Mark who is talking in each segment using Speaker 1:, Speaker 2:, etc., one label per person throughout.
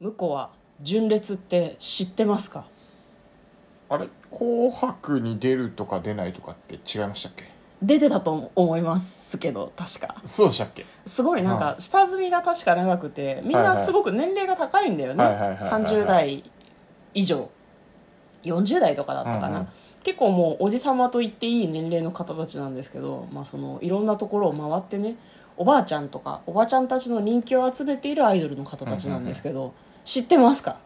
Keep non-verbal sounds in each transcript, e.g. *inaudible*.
Speaker 1: 向こうは純烈って知ってますか
Speaker 2: あれ「紅白」に出るとか出ないとかって違いましたっけ
Speaker 1: 出てたと思いますけど確か
Speaker 2: そうでしたっけ
Speaker 1: すごいなんか
Speaker 2: は
Speaker 1: 下積みが確か長くてみん
Speaker 2: はい
Speaker 1: な
Speaker 2: はい
Speaker 1: すごく年齢が高いんだよね
Speaker 2: はいはいはいはいはい
Speaker 1: 30代以上40代とかだったかな、
Speaker 2: うんうん
Speaker 1: 結構もうおじさまと言っていい年齢の方たちなんですけど、まあ、そのいろんなところを回ってねおばあちゃんとかおばちゃんたちの人気を集めているアイドルの方たちなんですけど、知ってますか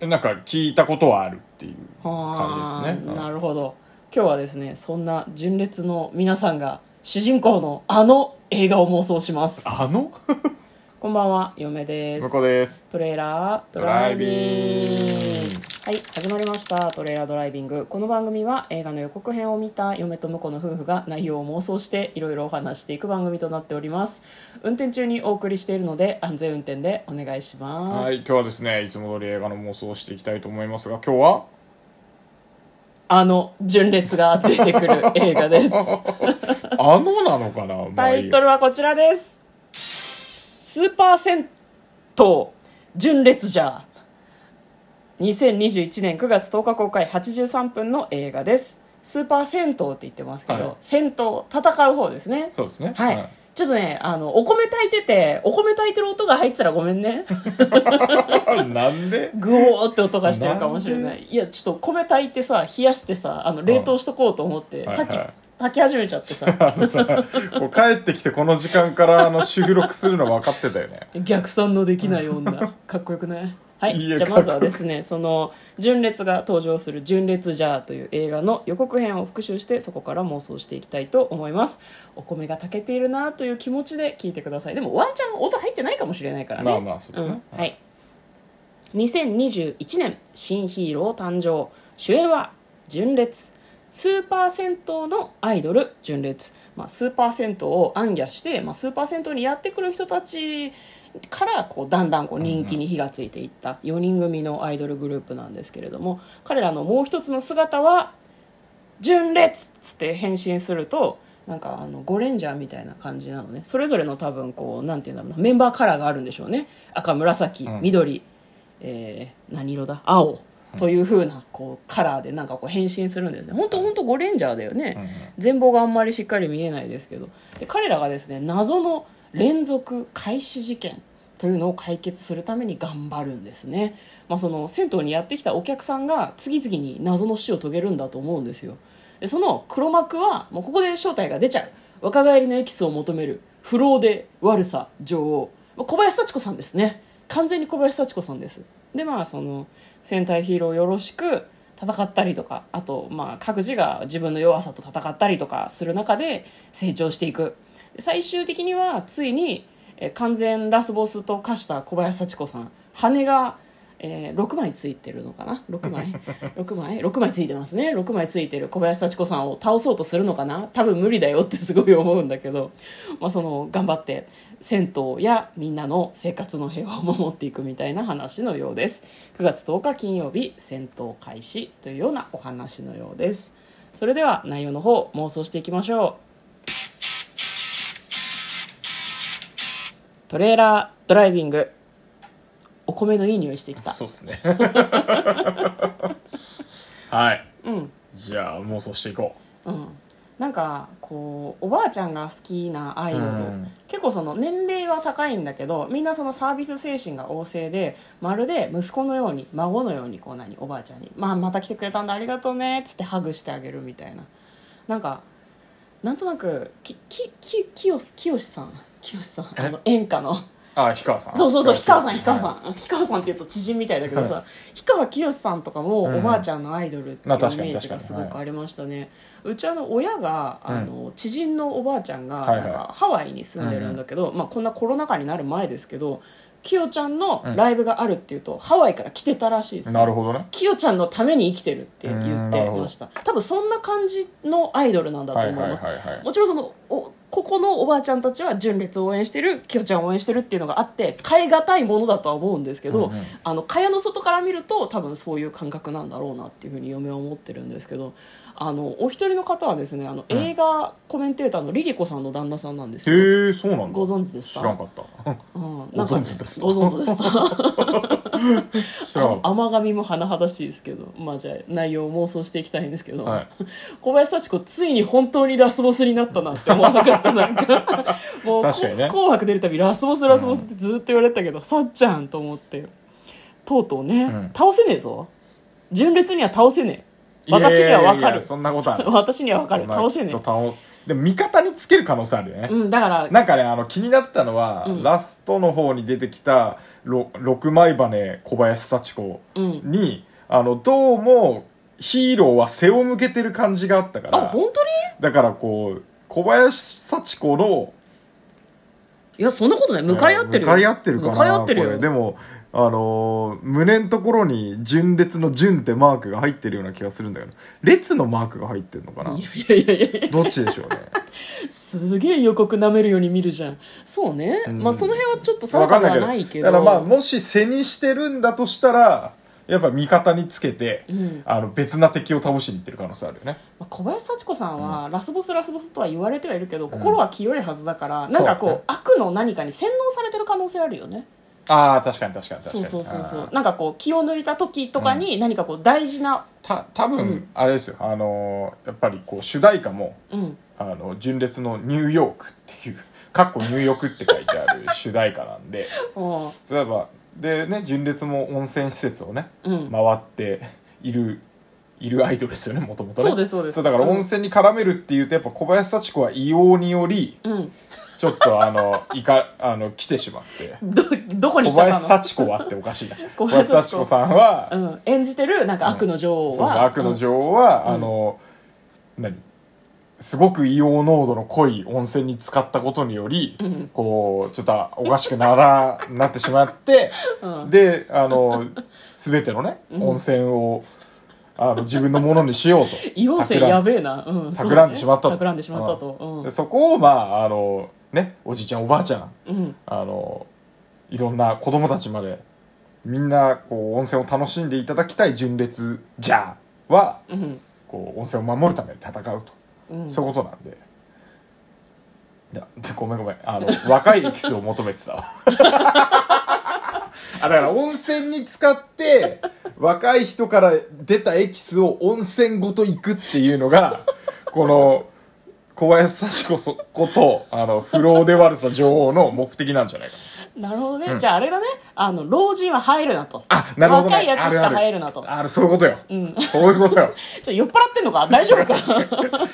Speaker 2: なんか聞いたことはあるっていう
Speaker 1: はあ
Speaker 2: 感じですね
Speaker 1: な
Speaker 2: うん
Speaker 1: るほど今日はですねそんな純烈の皆さんが主人公のあの映画を妄想します
Speaker 2: あの
Speaker 1: こんばんは嫁です
Speaker 2: 向こうです
Speaker 1: トレーラードラ
Speaker 2: ラ
Speaker 1: イ
Speaker 2: イ
Speaker 1: ビ
Speaker 2: ビ
Speaker 1: ング
Speaker 2: ング
Speaker 1: はい始まりましたトレーラードライビングこの番組は映画の予告編を見た嫁と婿の夫婦が内容を妄想していろいろお話していく番組となっております運転中にお送りしているので安全運転でお願いします、
Speaker 2: はい今日はですねいつも通り映画の妄想をしていきたいと思いますが今日は
Speaker 1: あの純烈が出てくる映画です
Speaker 2: *laughs* あのなのかなまあ
Speaker 1: *laughs* タ
Speaker 2: いい
Speaker 1: イ
Speaker 2: や
Speaker 1: トルはこちらですスーパー銭湯純烈ジャー2021年9月10日公開83分の映画ですスーパー銭湯って言ってますけど、
Speaker 2: はい
Speaker 1: 銭湯戦う方ですね
Speaker 2: そうですね
Speaker 1: はい、ちょっとねあのお米炊いててお米炊いてる音が入ってたらごめん
Speaker 2: *laughs*
Speaker 1: ね
Speaker 2: はいなんで
Speaker 1: グオーって音がしてるかもしれ
Speaker 2: な
Speaker 1: なんいいやちょっと米炊いてさ冷やしてさあの冷凍しとこうと思って、
Speaker 2: はい
Speaker 1: さっき
Speaker 2: はい
Speaker 1: 炊き始めちゃってさ
Speaker 2: あのさこう帰ってきてこの時間からあの収録するの分かってたよね
Speaker 1: 逆算のできない女
Speaker 2: *laughs*
Speaker 1: かっこよくないはい
Speaker 2: いや
Speaker 1: じゃあ
Speaker 2: か
Speaker 1: ま
Speaker 2: っこよく
Speaker 1: ずはですねその純烈が登場する「純烈ジャー」という映画の予告編を復習してそこから妄想していきたいと思いますお米が炊けているなという気持ちで聞いてくださいでもワンチャン音入ってないかもしれないからね
Speaker 2: まあまあそうですね
Speaker 1: んはい2021年新ヒーロー誕生主演は純烈スーパー銭湯のアイドル純烈、まあ、スーパー銭湯を暗夜して、まあ、スーパー銭湯にやってくる人たちからこうだんだんこう人気に火がついていった4人組のアイドルグループなんですけれども彼らのもう一つの姿は純烈っつって変身するとなんかあのゴレンジャーみたいな感じなのねそれぞれの多分こうなんていうんだろうなメンバーカラーがあるんでしょうね赤紫
Speaker 2: うん
Speaker 1: 緑、えー何色だ青というふうなこうカラーでなんかこう変身するんですね本当本当ゴレンジャーだよね、
Speaker 2: うんうん
Speaker 1: 全貌があんまりしっかり見えないですけどで彼らがですね謎の連続開始事件というのを解決するために頑張るんですね、まあ、その銭湯にやってきたお客さんが次々に謎の死を遂げるんだと思うんですよでその黒幕はもうここで正体が出ちゃう若返りのエキスを求める不老で悪さ女王まあ小林幸子さんですね完全に小林幸子さんですでまあその戦隊ヒーローよろしく戦ったりとかあとまあ各自が自分の弱さと戦ったりとかする中で成長していくで最終的にはついに、えー完全ラスボスと化した小林幸子さん羽が、えー6枚ついてるのかな6枚6枚6枚ついてますね6枚ついてる小林幸子さんを倒そうとするのかな多分無理だよってすごい思うんだけど、まあ、その頑張って銭湯やみんなの生活の平和を守っていくみたいな話のようです9月10日金曜日戦闘開始というようなお話のようですそれでは内容の方妄想していきましょうトレーラードライビングお米のいい匂いしてきた
Speaker 2: そうっすね *laughs* はい
Speaker 1: うん
Speaker 2: じゃあ妄想していこ
Speaker 1: うんなんかこうおばあちゃんが好きなア
Speaker 2: う
Speaker 1: イドル、
Speaker 2: うん
Speaker 1: 結構その年齢は高いんだけどみんなそのサービス精神が旺盛でまるで息子のように孫のようにこう何おばあちゃんに「まあ、また来てくれたんだありがとうね」っつってハグしてあげるみたいななんかなんとなくききききよきよしさんきよしさんあの演歌の。
Speaker 2: あ氷川さん
Speaker 1: そうそうそう、氷川さん、氷川さ
Speaker 2: は
Speaker 1: ん。氷川さんって言うと知人みたいだけどさ、氷川きよしさんとかも
Speaker 2: うん
Speaker 1: おばあちゃんのアイドルっていう
Speaker 2: まあ
Speaker 1: イ
Speaker 2: 確かに
Speaker 1: メージがすごくありましたね。うちあの親が、あの、知人のおばあちゃんが、
Speaker 2: は
Speaker 1: な
Speaker 2: いはい
Speaker 1: んかハワイに住んでるんだけど、まあこんなコロナ禍になる前ですけど、きよちゃんのライブがあるっていうと、ハワイから来てたらしいです
Speaker 2: なるほどね
Speaker 1: きよちゃんのために生きてるって言ってました。多分そんな感じのアイドルなんだと
Speaker 2: は
Speaker 1: 思
Speaker 2: い
Speaker 1: い
Speaker 2: はい
Speaker 1: ます。
Speaker 2: はいはい
Speaker 1: もちろんそのおここのおばあちゃんたちは純烈を応援してるきよちゃんを応援してるっていうのがあって変え難いものだとは思うんですけど、
Speaker 2: うんうん
Speaker 1: あの蚊帳の外から見ると多分そういう感覚なんだろうなっていうふうに嫁は思ってるんですけどあのお一人の方はですねあの
Speaker 2: うん
Speaker 1: 映画コメンテーターのリリコさんの旦那さんなんですよ、
Speaker 2: へえそうなん
Speaker 1: *laughs*
Speaker 2: だ
Speaker 1: ご存知ですか
Speaker 2: 知らんかった
Speaker 1: うん、
Speaker 2: *laughs* ご存知です
Speaker 1: ご存知ですか
Speaker 2: 知らなかっ
Speaker 1: *laughs* 甘髪も甚だしいですけどまあじゃあ内容を妄想していきたいんですけど、
Speaker 2: たはい
Speaker 1: 小林幸子ついに本当にラスボスになったなって思わなかったなん
Speaker 2: *laughs*
Speaker 1: かもう
Speaker 2: 確かにね
Speaker 1: こ紅白」出るたび「ラスボスラスボス」ってずっと言われてたけど、さっちゃんと思ってとうとうね、
Speaker 2: うん
Speaker 1: 倒せねえぞ純烈には倒せねえ *laughs* 私には分
Speaker 2: い
Speaker 1: か
Speaker 2: や
Speaker 1: る
Speaker 2: いやいやそんなこと
Speaker 1: *laughs*
Speaker 2: ある
Speaker 1: 私には分かる
Speaker 2: まあ
Speaker 1: 倒せね
Speaker 2: きっ
Speaker 1: え
Speaker 2: と倒すでも味方につける可能性あるよね、
Speaker 1: うんだから
Speaker 2: なんかねあの気になったのは、
Speaker 1: うん
Speaker 2: ラストの方に出てきたろ六枚羽小林幸子
Speaker 1: うん
Speaker 2: にあのどうもヒーローは背を向けてる感じがあったか
Speaker 1: あ
Speaker 2: ら
Speaker 1: 本当に
Speaker 2: だからこう小林幸子の
Speaker 1: いやそんなことない向かい合ってるよ
Speaker 2: 向かい合ってるかな
Speaker 1: 向かい合ってるよ
Speaker 2: これでもあのー胸のところに純烈の純ってマークが入ってるような気がするんだけど列のマークが入ってるのかない
Speaker 1: やいやいやいや
Speaker 2: どっちでしょうね
Speaker 1: すげえ予告舐めるように見るじゃんそうね、
Speaker 2: うん
Speaker 1: まあその辺はちょっと定
Speaker 2: わ
Speaker 1: か
Speaker 2: かん
Speaker 1: で
Speaker 2: ない
Speaker 1: は
Speaker 2: け
Speaker 1: *laughs*
Speaker 2: ど
Speaker 1: ないけど
Speaker 2: だからまあもし背にしてるんだとしたらやっぱ味方につけて
Speaker 1: うん
Speaker 2: あの別な敵を倒しに行ってる可能性あるよね
Speaker 1: まあ小林幸子さんはラスボスラスボスとは言われてはいるけど、心は清いはずだから、なんかこう
Speaker 2: そうね
Speaker 1: 悪の何かに洗脳されてる可能性あるよね
Speaker 2: ああ確かに確かに確か
Speaker 1: そ
Speaker 2: に
Speaker 1: うそうそうそ
Speaker 2: あ
Speaker 1: う
Speaker 2: ー
Speaker 1: なんかこう気を抜いた時とかに何かこう大事な
Speaker 2: た多
Speaker 1: う
Speaker 2: 分
Speaker 1: ん
Speaker 2: あれですよ、あのーやっぱりこう主題歌も
Speaker 1: うん
Speaker 2: あの純烈のニューヨークっていうかっこニューヨークって書いてある主題歌なんで
Speaker 1: あ
Speaker 2: そういえばでね純烈も温泉施設をね
Speaker 1: あうん、
Speaker 2: 回っているいるアイドルですよねもともとね
Speaker 1: そうですそうです
Speaker 2: そうだから温泉に絡めるっていうとやっぱ小林幸子は異様により
Speaker 1: うん、
Speaker 2: ちょっとあのいかあの来てしまって
Speaker 1: うん、どどこに行
Speaker 2: 小
Speaker 1: っちゃった
Speaker 2: 林
Speaker 1: の
Speaker 2: 幸子はっておかしいな
Speaker 1: 小
Speaker 2: 小
Speaker 1: 林
Speaker 2: 林
Speaker 1: 幸子
Speaker 2: 幸子さんは、
Speaker 1: うん、演じてるなんか悪の女
Speaker 2: そう
Speaker 1: 王
Speaker 2: そう
Speaker 1: は、
Speaker 2: 悪の女王は、
Speaker 1: うん
Speaker 2: あの何すごく硫黄濃度の濃い温泉に使ったことにより、
Speaker 1: うん
Speaker 2: こうちょっとおかしくならなってしまって
Speaker 1: うんうん
Speaker 2: であの全てのね
Speaker 1: うん
Speaker 2: 温泉をあの自分のものにしようと
Speaker 1: 硫黄泉やべえな、うん、そう
Speaker 2: 企んでしまったと
Speaker 1: 企んでしまったと
Speaker 2: でそこをまああのねおじいちゃんおばあちゃん
Speaker 1: うん、うん、
Speaker 2: あのいろんな子供たちまでみんなこう温泉を楽しんでいただきたい純烈じゃあは
Speaker 1: うん
Speaker 2: こう温泉を守るために戦うと、
Speaker 1: うん
Speaker 2: そういうことなんでいやでごめんごめん
Speaker 1: *laughs*
Speaker 2: あの若いエキスを求めてたわあだから温泉に使って若い人から出たエキスを温泉ごと行くっていうのがこの小林幸子そことあの不老で悪さ女王の目的なんじゃないか
Speaker 1: なるほどね、
Speaker 2: うん
Speaker 1: じゃああれだねあの老人は入るなと
Speaker 2: あなるほどね
Speaker 1: 若いやつしか
Speaker 2: あるある
Speaker 1: 入るなと
Speaker 2: ああそういうことよ
Speaker 1: うん
Speaker 2: そういうこと
Speaker 1: *laughs*
Speaker 2: よ
Speaker 1: ちょ酔っ払ってんの
Speaker 2: *laughs*
Speaker 1: か大丈夫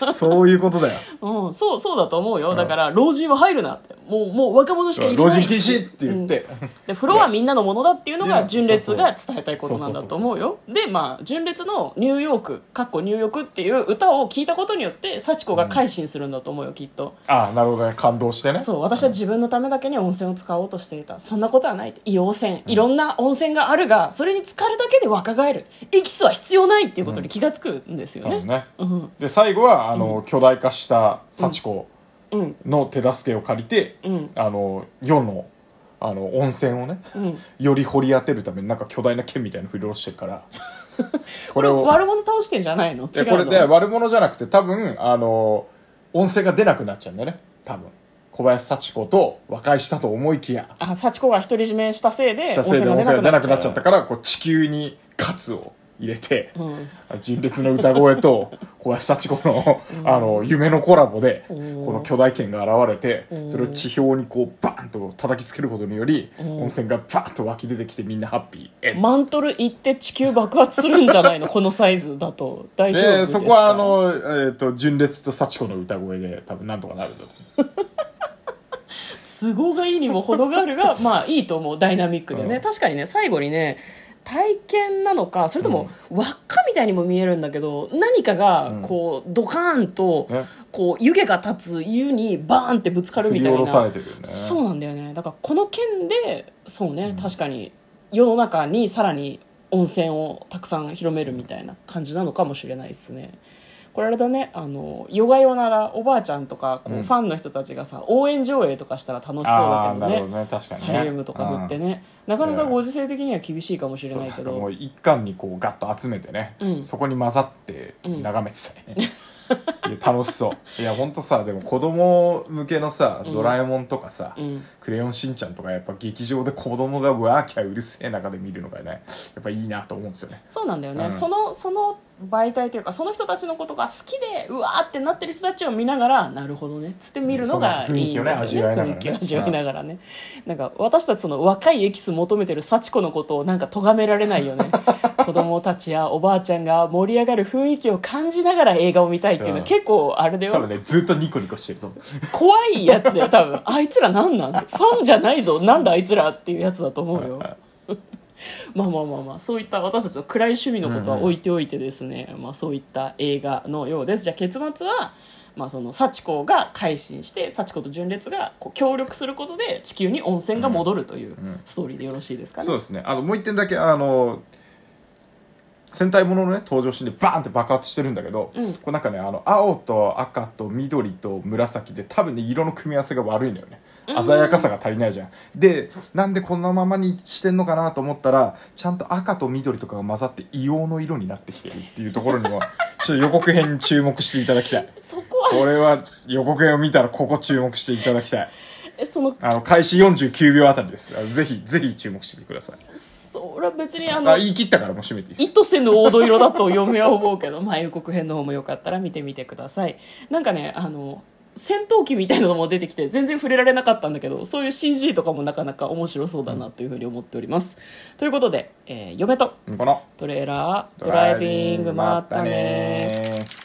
Speaker 1: か
Speaker 2: そういうこと
Speaker 1: *laughs*
Speaker 2: だよ
Speaker 1: うん、そう、そうだと思うよ。
Speaker 2: ん
Speaker 1: だから、老人は入るなって。もう、もう若者しかいない。
Speaker 2: 老人禁止って言って、
Speaker 1: で、風呂はみんなのものだっていうの
Speaker 2: い
Speaker 1: が、
Speaker 2: や
Speaker 1: 純烈が
Speaker 2: そうそう
Speaker 1: 伝えたいことなんだと思うよ。で、まあ、純烈のニューヨーク、かっこニューヨークっていう歌を聞いたことによって、幸子が改心するんだと思うよ、きっと。
Speaker 2: ああなるほどね感動してね
Speaker 1: そう、私は自分のためだけに温泉を使おうとしていた。そんなことはない。硫黄泉。いろんな温泉があるが、それに浸かるだけで若返る。エキスは必要ないっていうことに気がつくんですよ
Speaker 2: 多分
Speaker 1: ね。
Speaker 2: ね
Speaker 1: うん。
Speaker 2: で最後はあの、巨大化した幸子
Speaker 1: うん。
Speaker 2: の手助けを借りて、
Speaker 1: うん。
Speaker 2: あの世のあの温泉をね
Speaker 1: うん。
Speaker 2: より掘り当てるためになんか巨大な剣みたいなの振り下ろしてるから
Speaker 1: *laughs*
Speaker 2: こ
Speaker 1: こ
Speaker 2: れ
Speaker 1: れ
Speaker 2: を
Speaker 1: 悪者倒してんじゃないの
Speaker 2: い
Speaker 1: 違
Speaker 2: や
Speaker 1: う
Speaker 2: こ
Speaker 1: の
Speaker 2: れで悪者じゃなくて多分あの温泉が出なくなっちゃうんだよね多分小林幸子と和解したと思いきや
Speaker 1: あ幸子が独り占めしたせいで
Speaker 2: したせいで温
Speaker 1: 温
Speaker 2: 泉
Speaker 1: 泉が
Speaker 2: が出
Speaker 1: 出
Speaker 2: な
Speaker 1: な
Speaker 2: く
Speaker 1: く
Speaker 2: な
Speaker 1: な
Speaker 2: っ
Speaker 1: っ
Speaker 2: ち
Speaker 1: ち
Speaker 2: ゃ
Speaker 1: ゃ
Speaker 2: っ
Speaker 1: ったた
Speaker 2: からこう地球に喝を入れて、
Speaker 1: うん
Speaker 2: 純烈の歌
Speaker 1: *laughs*
Speaker 2: 声と小林幸子の,、あの夢のコラボでこ
Speaker 1: うん
Speaker 2: の巨大剣が現れて
Speaker 1: うん
Speaker 2: それを地表にこうバーンと叩きつけることにより
Speaker 1: うん
Speaker 2: 温泉がバーンと湧き出てきてみんなハッピーエンド
Speaker 1: マントル行って地球爆発するんじゃないのこのサイズだと大丈夫
Speaker 2: で
Speaker 1: ですか
Speaker 2: そこはあの、えー、と純烈と幸子の歌声で多分なんとかなるんだと思
Speaker 1: 都合がいいにも程がある
Speaker 2: *laughs*
Speaker 1: がまあいいと思うダイナミックでね、
Speaker 2: うん
Speaker 1: 確かにね最後にね体験なのかそれとも輪っかみたいにも見えるんだけど何かが
Speaker 2: うん
Speaker 1: こうドカーンと
Speaker 2: うね
Speaker 1: こう湯気が立つ湯にバーンってぶつかる
Speaker 2: 振り
Speaker 1: みたい
Speaker 2: 下
Speaker 1: な
Speaker 2: ろされてるよね
Speaker 1: そうなんだよねだからこの件でそうね、
Speaker 2: うん
Speaker 1: 確かに世の中にさらに温泉をたくさん広めるみたいな感じなのかもしれないですねこれあれだねあのヨガヨならおばあちゃんとかこう、
Speaker 2: うん
Speaker 1: ファンの人たちがさ応援上映とかしたら楽しそう
Speaker 2: あ
Speaker 1: だ
Speaker 2: あ
Speaker 1: け
Speaker 2: な
Speaker 1: ど
Speaker 2: る
Speaker 1: ね
Speaker 2: ほどね確かにね
Speaker 1: サイリウムとか振ってね、なかなかご時世的には厳しいかもし
Speaker 2: うん
Speaker 1: れないけ
Speaker 2: そうだから
Speaker 1: ど
Speaker 2: もう一貫にこうガッと集めてね、
Speaker 1: うん
Speaker 2: そこに混ざって
Speaker 1: うん
Speaker 2: 眺めてたよね、いや楽しそういやほんとさでも子供向けのさ「ドラえもん」とかさ、
Speaker 1: うん
Speaker 2: クレヨンしんちゃん」とかやっぱ劇場で子供がわーきゃうるせえ中で見るのがねやっぱいいなと思うんですよね
Speaker 1: そうなんだよね、
Speaker 2: うん
Speaker 1: そのその媒体というかその人たちのことが好きでうわーってなってる人たちを見ながらなるほどねっつって見るのがい
Speaker 2: その雰
Speaker 1: いん
Speaker 2: 囲気をね
Speaker 1: ですよね雰囲
Speaker 2: 味わいながらね
Speaker 1: 気を味わいながらねなんか私たちその若いエキス求めてる幸子のことをなんか咎められないよ
Speaker 2: *laughs*
Speaker 1: ね子供たちやおばあちゃんが盛り上がる雰囲気を感じながら映画を見たいっていうの
Speaker 2: う
Speaker 1: は
Speaker 2: ん
Speaker 1: 結構あれだよ、
Speaker 2: 多分ねずっとニコニコしてると思う
Speaker 1: 怖いやつだよ多 *laughs* 分あいつらなんなんファンじゃないぞなんだあいつらっていうやつだと思うよ *laughs* まあまあまあまあそういった私たちの暗い趣味のことは置いておいてですね、まあ、そういった映画のようですじゃあ結末は、まあ、その幸子が改心して幸子と純烈がこう協力することで地球に温泉が戻るというストーリーでよろしいですかね、
Speaker 2: そうですねあのもう一点だけあの戦隊もののね登場シーンでバーンって爆発してるんだけど、
Speaker 1: うん
Speaker 2: これなんかねあの青と赤と緑と紫で多分ね色の組み合わせが悪いんだよね鮮やかさが足りないじゃん、でなんでこんなままにしてんのかなと思ったらちゃんと赤と緑とかが混ざって硫黄の色になってきてるっていうところに
Speaker 1: *laughs*
Speaker 2: もちょっと予告編に注目していただきたい
Speaker 1: そこは
Speaker 2: これは予告編を見たらここ注目していただきたい
Speaker 1: えその
Speaker 2: あの開始49秒あたりですあのぜひぜひ注目してください
Speaker 1: それは別にあの
Speaker 2: あ言い切ったからもう閉めていいで
Speaker 1: 意
Speaker 2: す
Speaker 1: 図せぬ黄土色だと嫁は思うけど、まあ、予告編の方もよかったら見てみてくださいなんかねあの戦闘機みたいなのも出てきて全然触れられなかったんだけどそういう CG とかもなかなか面白そうだなというふうに思っております、ということで、えー嫁と
Speaker 2: この
Speaker 1: トレーラードライビングまったね
Speaker 2: まったねー